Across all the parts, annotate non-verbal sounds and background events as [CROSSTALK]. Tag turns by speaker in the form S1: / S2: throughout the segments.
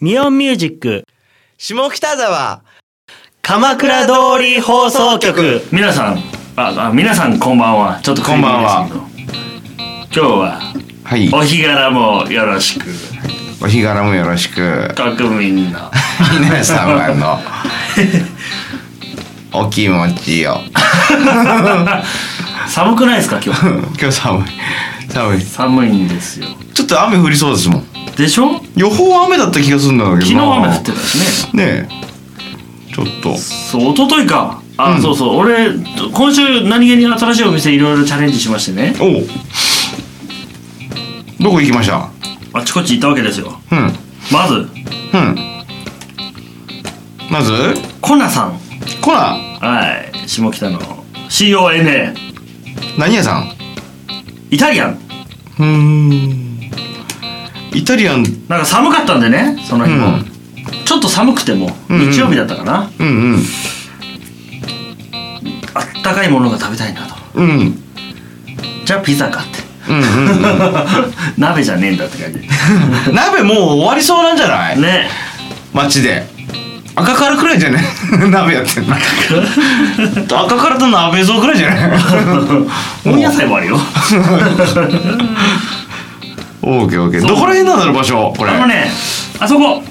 S1: ミオンミュージック、
S2: 下北沢
S1: 鎌倉通り放送局。
S3: 皆さんああ皆さんこんばんはちょっと
S4: こんばんは
S3: クイズですけど今日は
S4: はい
S3: お日柄もよろしく
S4: お日柄もよろし [LAUGHS] く
S3: 国民の
S4: 皆様 [LAUGHS] のお気持ちを
S3: 寒くないですか今日
S4: [LAUGHS] 今日寒い寒い
S3: 寒いんですよ
S4: ちょっと雨降りそうですもん
S3: でしょ
S4: 予報は雨だった気がするんだけどな
S3: 昨日雨降ってたしね
S4: ねえちょっと
S3: そう一昨日かあ、
S4: うん
S3: そうそう俺今週何気に新しいお店いろいろチャレンジしましてね
S4: おうどこ行きました
S3: あちこち行ったわけですよ
S4: うん
S3: まず
S4: うんまず
S3: コナさん
S4: コナ
S3: はい下北の CONA
S4: 何屋さん
S3: イタリアン
S4: うーんイタリアン
S3: なんか寒かったんでねその日も、
S4: うん
S3: ちょっと寒くても
S4: んうん
S3: 日曜日だったかな、
S4: うん
S3: あったかいものが食べたいなと
S4: うんうん [LAUGHS]
S3: じゃあピザかって
S4: うんうん
S3: [LAUGHS] 鍋じゃねえんだって感じ
S4: [LAUGHS] うん鍋もう終わりそうなんじゃない
S3: ね
S4: 街で赤からくらいじゃない [LAUGHS] 鍋やってんの赤からと鍋像くらいじゃない
S3: [LAUGHS] 温野菜もあるよ
S4: オーケーオーケー
S3: そう
S4: どこら辺なんだろう場所これ
S3: あのねあそこ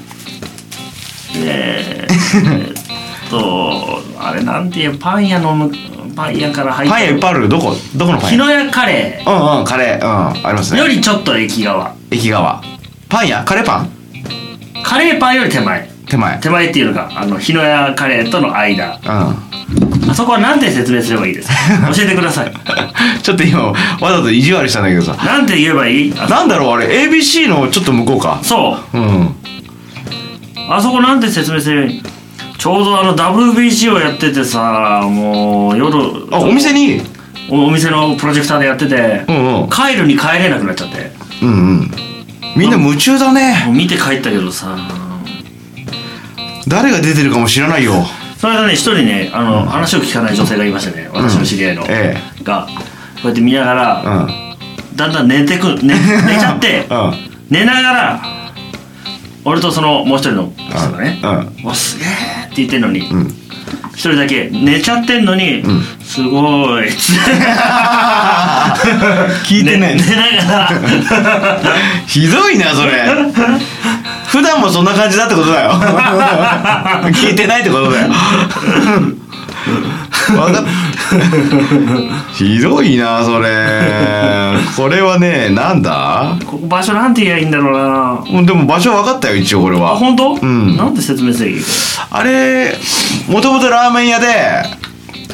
S4: [LAUGHS]
S3: えーえーっとあれなんていうパン屋のむパン屋から入って
S4: パン屋いっぱいあるどこどこのパン
S3: 日
S4: 屋
S3: の屋カレ
S4: うんうんカレーうんあります
S3: ーよ
S4: ね
S3: りちょっと駅側
S4: 駅側パン屋カレーパン
S3: カレーパンより手前
S4: 手前
S3: 手前っていうのがあの日の屋カレーとの間
S4: う
S3: あそこは何て説明すればいいですか教えてください
S4: ん [LAUGHS] ちょっと今わざと意地悪したんだけどさ
S3: なんて言えばいいあ
S4: なんだろうあれ ABC のちょっと向こうか
S3: そう
S4: うん
S3: あそこなんて説明すればいいちょうどあの WBC をやっててさもう夜
S4: あお店に
S3: おお店のプロジェクターでやってて
S4: う、んうん
S3: 帰るに帰れなくなっちゃって
S4: うんうんみんな夢中だね
S3: もう見て帰ったけどさ
S4: 誰が出てるかも知らないよ
S3: その間ね一人ねあの、話を聞かない女性がいましたね私の知り合いの、
S4: え
S3: がこうやって見なが
S4: えう
S3: ら、
S4: ん
S3: だんだん寝てく寝寝ちゃって
S4: [LAUGHS] うん
S3: 寝ながら俺とそのもう一人の人がね
S4: うん
S3: 「わすげえ!」って言ってんのに、
S4: ん
S3: 一人だけ寝ちゃってんのに「すご
S4: [LAUGHS]
S3: い」っつ
S4: 聞い
S3: って
S4: てない、
S3: 寝なが
S4: [LAUGHS]
S3: ら
S4: ひどいなそれ普段もそんな感じだってことだ
S3: [LAUGHS]
S4: よ聞いてないってことだよわかっひどいなそれこれはねなんだ
S3: ここ場所なんて言えばいいんだろうな
S4: もうでも場所分かったよ一応これ
S3: あ
S4: は
S3: 本当、
S4: ん
S3: なんて説明すればいい
S4: あれもともとラーメン屋で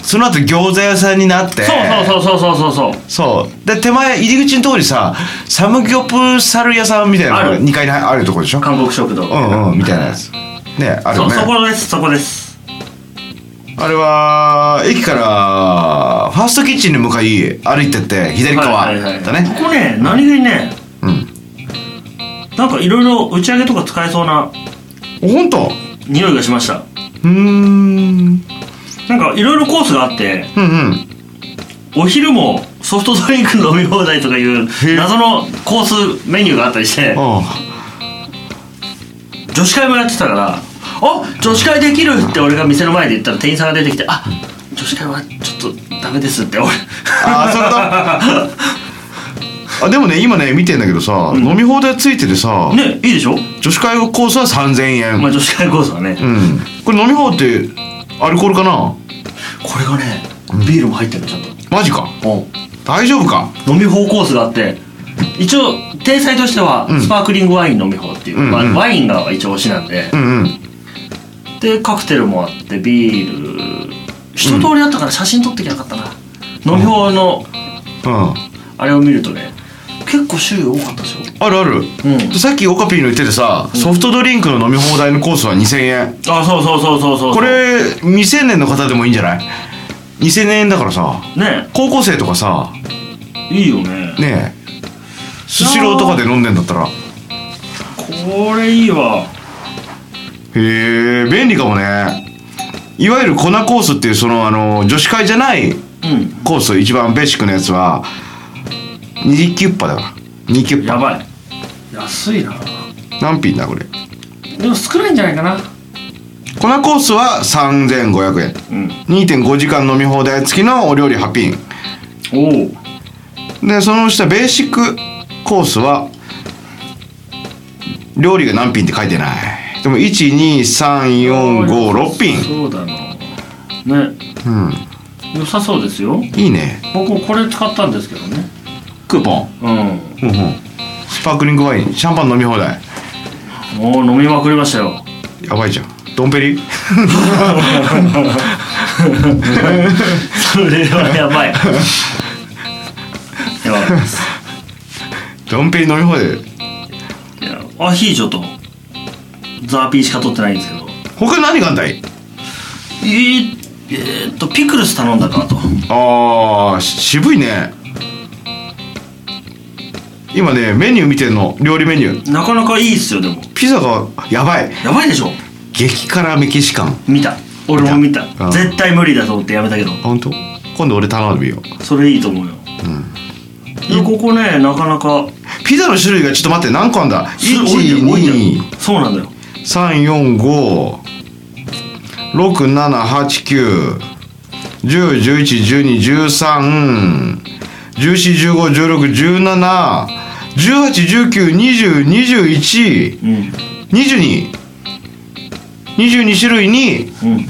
S4: その後餃子屋さんになって
S3: そうそうそうそうそうそう
S4: そうで手前入り口のところにさサムギョプサル屋さんみたいなの
S3: あ
S4: が
S3: る
S4: 2階にあるとこでしょ
S3: 韓国食堂、
S4: うんうんみたいなやつねある
S3: そ
S4: よね
S3: そこですそこです
S4: あれは駅からファーストキッチンに向かい歩いてって左側
S3: はいはいはい
S4: だね
S3: ここね何気にね
S4: うん
S3: なんかいろいろ打ち上げとか使えそうな
S4: おほんと
S3: 匂いがしました
S4: うーん
S3: なんかいろいろコースがあって
S4: うんうん
S3: お昼もソフトドリンク飲み放題とかいう
S4: え
S3: 謎のコースメニューがあったりして
S4: あ
S3: 女子会もやってたから「あ女子会できる!」って俺が店の前で言ったら店員さんが出てきて「あ女子会はちょっとダメです」って俺 [LAUGHS]
S4: あーそれとあでもね今ね見てんだけどさ、飲み放題ついててさ、
S3: ねいいでしょ
S4: 女子会コースは3000円、
S3: まあ女子会コースはね、
S4: うんこれ飲み放題ってアルコールかな
S3: これがねビールも入ってるのちゃんと、
S4: マジか大丈夫か
S3: 飲み放コースがあって一応体裁としてはスパークリングワイン飲み放っていう、
S4: うんうん
S3: まあワインが一応推しなんで
S4: う、んうん
S3: でカクテルもあってビール一通りあったから写真撮ってきなかったな、飲み放の
S4: うん
S3: あれを見るとね結構種類多かったでしょ
S4: あるある、
S3: うん
S4: さっきオカピーの言っててさソフトドリンクの飲み放題のコースは2000円
S3: あそうそうそうそうそう
S4: これ未成年の方でもいいんじゃない ?2000 円だからさ
S3: ね
S4: 高校生とかさ
S3: いいよね
S4: ねえスシローとかで飲んでんだったら
S3: これいいわ
S4: へえ便利かもねいわゆる粉コースっていうそのあの女子会じゃない
S3: うん
S4: コース一番ベーシックなやつは2キュッパだから2キュッ
S3: や
S4: パ
S3: ばい安いな
S4: 何品だこれ
S3: でも少ないんじゃないかな
S4: 粉コースは3500
S3: う
S4: 円
S3: ん
S4: 2.5時間飲み放題付きのお料理ハピン
S3: おお
S4: でその下ベーシックコースは料理が何品って書いてないでも12345品
S3: そうだなね
S4: うん
S3: 良さそうですよ
S4: いいね
S3: 僕これ使ったんですけどね
S4: クーポン
S3: うん
S4: うんうんスパークリングワインシャンパン飲み放題
S3: もう飲みまくりましたよ
S4: やばいじゃんドンペリ [LAUGHS]
S3: それはやばいやばいです
S4: ドンペリ飲み放題
S3: いやアヒージョとザーピーしか取ってないんですけど
S4: 他何があんだい
S3: えー、えーっとピクルス頼んだかなと
S4: あーし渋いね今ねメニュー見てんの料理メニュー
S3: なかなかいいっすよでも
S4: ピザがやばい
S3: やばいでしょ
S4: 激辛メキシカン
S3: 見た俺も見た
S4: 見たうん
S3: 絶対無理だと思ってやめたけど
S4: あ本当今度俺頼んでみよう
S3: それいいと思うよ、でここねなかなか
S4: ピザの種類がちょっと待って何個あんだ
S3: す多いんだよ多いんだよそうなんだよう
S4: 12345678910111213141516171819202122
S3: ん
S4: 22種類に
S3: うん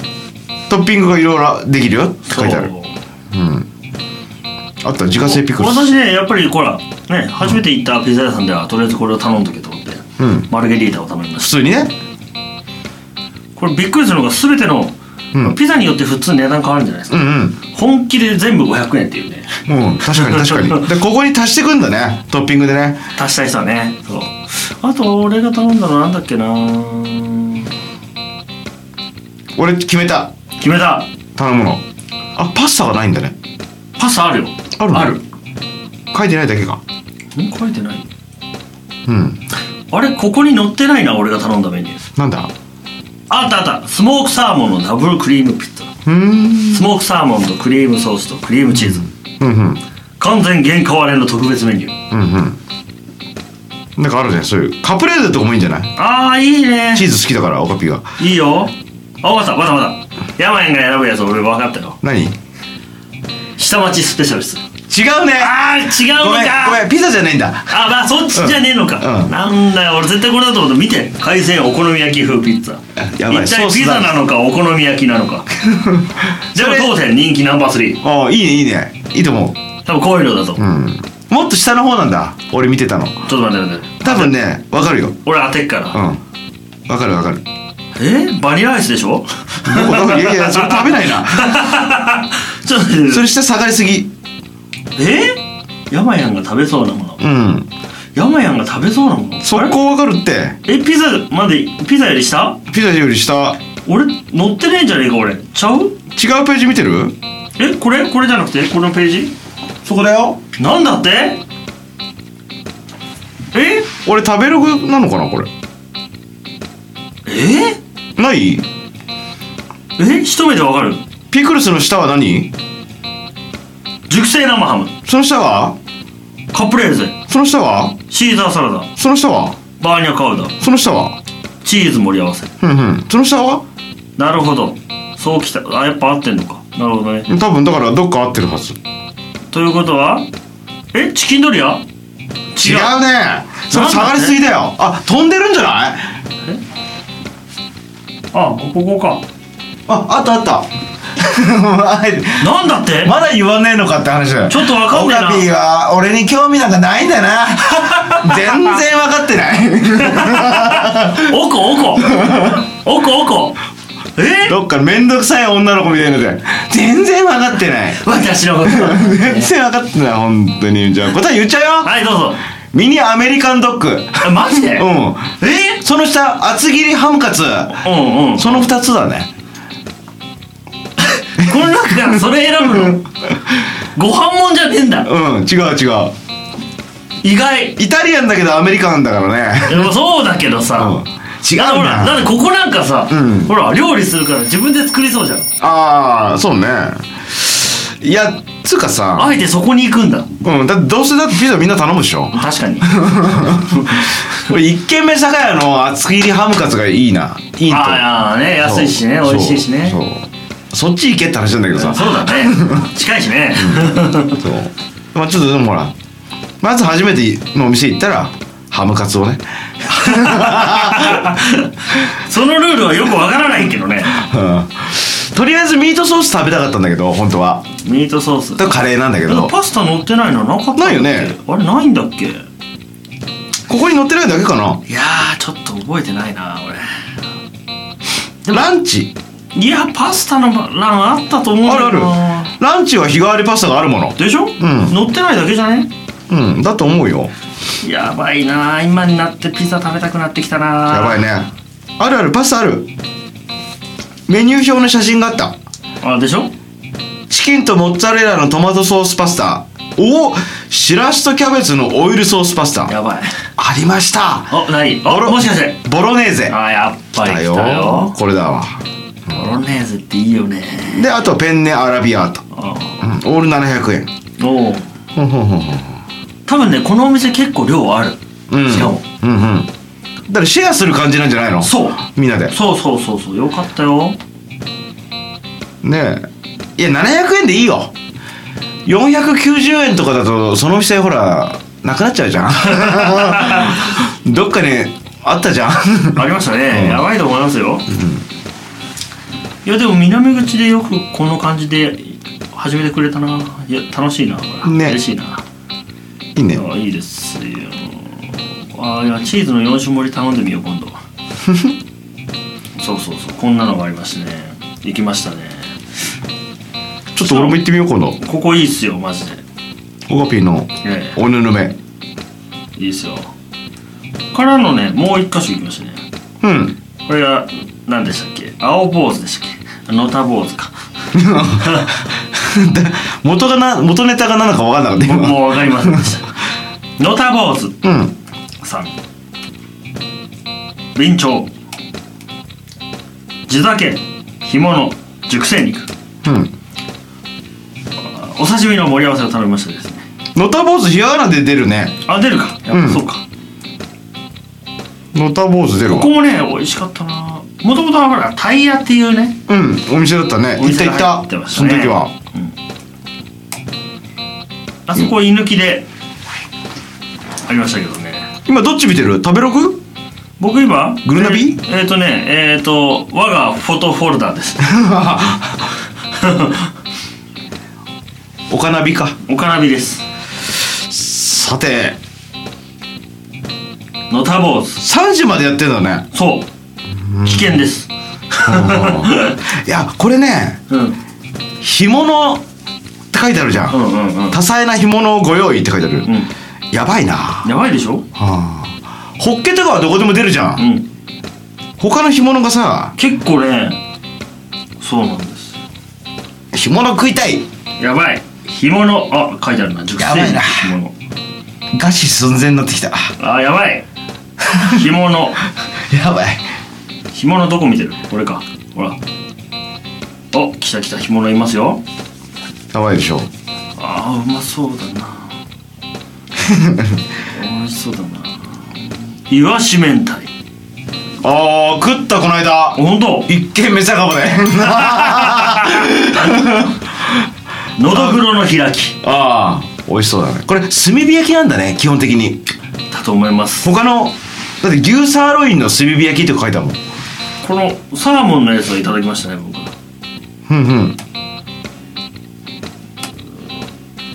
S4: トッピングがいろいろできるよって書いてある
S3: そう
S4: あった自家製ピクルス
S3: 私ねやっぱりほらね初めて行ったピザ屋さんではとりあえずこれを頼んどけと思って、
S4: うん
S3: マルゲリータを頼みま
S4: 普
S3: し
S4: 通にね
S3: たこれびっくりするのが全ての、
S4: うん
S3: ピザによって普通値段変わるんじゃないです
S4: う
S3: か、
S4: んうん
S3: 本気で全部500円っていうね
S4: うん確かに確かにでここに足してくんだねトッピングでね
S3: 足したい人はねそうあと俺が頼んだのなんだっけな
S4: 俺決めた
S3: 決めた
S4: 頼むのあパスタがないんだね
S3: パスタあるよ
S4: あるの
S3: あるん
S4: 書いてないだけか
S3: 書いてない
S4: うん
S3: あれここに載ってないな俺が頼んだメニュー
S4: なんだ
S3: あったあったスモークサーモンのダブルクリームピッツァ
S4: うーん
S3: スモークサーモンとクリームソースとクリームチーズ
S4: うんうん
S3: 完全原価割れの特別メニュー
S4: うんうんなんかあるねそういうカプレーゼとかもいいんじゃない
S3: ああいいね
S4: チーズ好きだからオカピが
S3: いいよあわかったわかったわかったヤマヤンが選ぶやつ俺分かったよ
S4: 何違う
S3: 下町スペシャリスト
S4: ね
S3: ああ違うの
S4: ごめん
S3: か
S4: ごめんピザじゃないんだ
S3: あまあそっちじゃねえのか、
S4: うんうん
S3: なんだよ俺絶対これだと思った見て海鮮お好み焼き風ピッツァ
S4: やばい
S3: 一
S4: ソー
S3: 体
S4: ス
S3: ピザ
S4: だ
S3: なのかお好み焼きなの
S4: [LAUGHS]
S3: かでも当店人気ナンバー3
S4: ああいいねいいねいいと思う
S3: 多分こういうのだと、
S4: うんもっと下の方なんだ俺見てたの
S3: ちょっと待って待って
S4: 多分ねわかるよ
S3: 俺当てっから、
S4: うんわかるわかる
S3: えバニラアイスでしょ
S4: なんかいやいやそれ食べない [LAUGHS] な
S3: [LAUGHS] ちょっと待って
S4: それ下下がりすぎ
S3: えヤマヤンが食べそうなもの
S4: うん
S3: ヤマヤンが食べそうなもの
S4: そ
S3: あれ
S4: こわかるって
S3: えピザまでピザより下
S4: ピザより下
S3: 俺乗ってねえんじゃねえか俺ちゃう
S4: 違うページ見てる
S3: えこれこれじゃなくてこのページ
S4: そこだよ
S3: なんだってえ
S4: 俺食べログなのかなこれ
S3: え
S4: ない
S3: え一目でわかる
S4: ピクルスの下は何
S3: 熟成生ハム
S4: その下は
S3: カプレーゼ
S4: その下は
S3: シーザーサラダ
S4: その下は
S3: バーニャカウダ
S4: その下は
S3: チーズ盛り合わせ
S4: うんうんその下は
S3: なるほどそうきたあやっぱ合ってんのかなるほどね
S4: 多分だからどっか合ってるはず違う
S3: ということはえチキンドリア違う
S4: ねそれ下がりすぎだよあ飛んでるんじゃない
S3: あここか
S4: ああったあった [LAUGHS] あえて
S3: なんだって、
S4: まだ言わねえのかって話だよ
S3: ちょっとわかんねえな
S4: オカピーは俺に興味なんかないんだ
S3: [LAUGHS]
S4: よな全然わかってない
S3: [LAUGHS] おこおこおこおこえ
S4: どっかめんどくさい女の子みたいなので全然わかってない
S3: 私のこと
S4: 全然わかってない本当にじゃあ答え言っちゃうよ
S3: はいどうぞ
S4: ミニアメリカンドッグう
S3: えマジで
S4: ん
S3: え
S4: その下厚切りハムカツ
S3: うんうん
S4: その2つだね
S3: この中からそれ選ぶのご飯もんじゃねえんだ
S4: うん違う違う
S3: 意外
S4: イタリアンだけどアメリカンだからね
S3: でもそうだけどさ、
S4: うん違う
S3: だってほら
S4: な
S3: だってここなんかさ、
S4: うん
S3: ほら料理するから自分で作りそうじゃん
S4: ああそうねいやつうかさ、
S3: あえてそこに行くんだ
S4: うん、だってどうせだってピザみんな頼むでしょ [LAUGHS]
S3: 確かに
S4: 俺一軒目酒屋の厚切りハムカツがいいないいと
S3: ああね安いしね
S4: そう
S3: 美味しいしね
S4: そうそうそっち行けって話なんだけど
S3: そ
S4: さ
S3: うだね
S4: [LAUGHS]
S3: 近いしね
S4: そうまあちょっとでもほらまず初めてのお店行ったらハムカツをね
S3: [LAUGHS] そのルールはよくわからないけどね
S4: うんとりあえずミートソース食べたかったんだけど本当は
S3: ミートソース
S4: だからカレーなんだけ
S3: でも
S4: どこ
S3: パスタ乗ってないのなかったっけ
S4: ないよね
S3: あれないんだっけい
S4: こに載ってないだけかな
S3: やーちょっと覚えてないな俺
S4: ランチ
S3: いやパスタの欄あったと思うんだ
S4: あ
S3: け
S4: る
S3: ど
S4: あるランチは日替わりパスタがあるもの
S3: でしょ、
S4: ん
S3: 乗ってないだけじゃね
S4: うんだと思うよ
S3: やばいな今になってピザ食べたくなってきたな
S4: やばいねあるあるパスタあるメニュー表の写真があった
S3: あでしょ
S4: チキンとモッツァレラのトマトソースパスタおおしらすとキャベツのオイルソースパスタ
S3: やばい
S4: ありました
S3: あないあ
S4: ボロ
S3: もしかして
S4: ボロネーゼ
S3: あやっぱり来たよ
S4: これだわ
S3: ボロネーゼっていいよね
S4: であとペンネアラビアート、
S3: あ
S4: うん、オール700円
S3: おう
S4: ほんほんほんほん
S3: 多分ねこのお店結構量ある、
S4: うん
S3: しかも
S4: うんうんだからシェアする感じなんじゃないの
S3: そう
S4: みんなで
S3: そうそうそうそうよかったよ
S4: ねえいや700円でいいよ490円とかだとその店ほらなくなっちゃうじゃ
S3: [LAUGHS]
S4: んどっかにあったじゃん [LAUGHS]
S3: ありましたね、やばいと思いますよ、いやでも南口でよくこの感じで始めてくれたないや楽しいなこれ、
S4: ね
S3: 嬉しいない
S4: いね
S3: あいいですよあいやチーズの4種盛り頼んでみよう今
S4: [LAUGHS]
S3: 度そうそうそうこんなのがありましてね行きましたね
S4: ちょっと俺も行ってみよう今度
S3: ここいいっすよマジで
S4: オガピーの
S3: え
S4: おぬぬめ
S3: えいいっすよからのねもう一箇所行きましたね
S4: うん [LAUGHS]
S3: これが何でしたっけ青坊主でしたっけのた坊主
S4: [LAUGHS]
S3: か
S4: 元がな元ネタが何だか分かんなかった
S3: 僕
S4: 今
S3: もう分かりませんでしたのた坊主
S4: うん
S3: さん備長地酒干物熟成肉
S4: うん
S3: お刺身の盛り合わせを頼みましたですね
S4: のた坊主ひやがなで出るね
S3: あ出るかやっぱ
S4: うん
S3: そうか、
S4: のた坊主出るわ
S3: ここもね美味しかったなもともとはほらタイヤっていうね
S4: うんお店だったね
S3: お
S4: 行った
S3: 店
S4: 行
S3: が入
S4: っ
S3: って
S4: た
S3: ました
S4: そ
S3: ね
S4: の時は
S3: あそこ居抜きでありましたけどね
S4: 今どっち見てる食べロ [LAUGHS] グ
S3: 僕今
S4: グルナビ
S3: えっ、えーとねえっ、と我がフォトフォルダーです
S4: おかなびか
S3: [LAUGHS] おかなびです
S4: さて
S3: のた坊主
S4: 3時までやってんだね
S3: そう危険です
S4: いやこれね
S3: うんうん
S4: 「干物」って書いてあるじゃん、
S3: うんうん
S4: 多彩な干物をご用意って書いてある、
S3: うん
S4: やばいな、
S3: やばいでしょ
S4: はあ、ホッケとかはどこでも出るじゃん、
S3: うん
S4: 他の干物がさ
S3: 結構ねそうなんです
S4: 「干物食いたい
S3: やばい干物あ書いてあるな熟成
S4: やばい
S3: 肉
S4: な
S3: 干物」
S4: 餓死寸前になってきた
S3: あやばい干物 [LAUGHS]
S4: やばい
S3: 干物どこ見てるこれかほらお来た来た干物いますよ
S4: やばいでしょ
S3: あーうまそうだな [LAUGHS] 美味しそうだなイワシ明太
S4: あー食ったこの間
S3: 本当
S4: 一軒目酒場で
S3: のどぐろの開き
S4: [LAUGHS] ああ美味しそうだねこれ炭火焼きなんだね基本的に
S3: だと思います
S4: 他のだって牛サーロインの炭火焼きって書いたもん
S3: このサーモンのやつをいただきましたね僕
S4: うんうん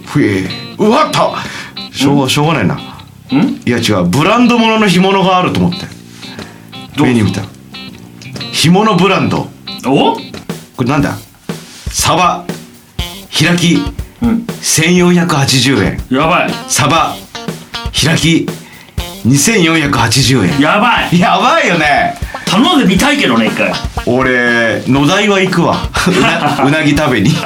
S4: ふえうわっとしょうしょうがないなんいや違うブランドものの干物があると思って
S3: どう
S4: メニュー見たら干物ブランド
S3: お
S4: これなんだサバ開き
S3: うん
S4: 1480円
S3: やばい
S4: サバ開き2480円
S3: やばい
S4: やばいよね
S3: 頼んでみたいけどね一回
S4: 俺野台は行くわうなうなぎ食べに [LAUGHS]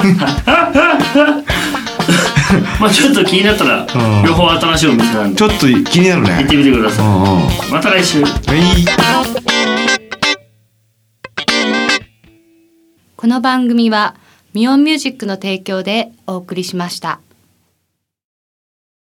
S3: まあちょっと気になったら
S4: ん
S3: 両方新しいお店なんで
S4: ちょっと気になる
S3: 行っ
S4: ね
S3: てみてくだ
S4: う
S3: さ
S4: んうん
S3: いまた来週
S4: はい
S5: この番組はミオンミュージックの提供でお送りしました。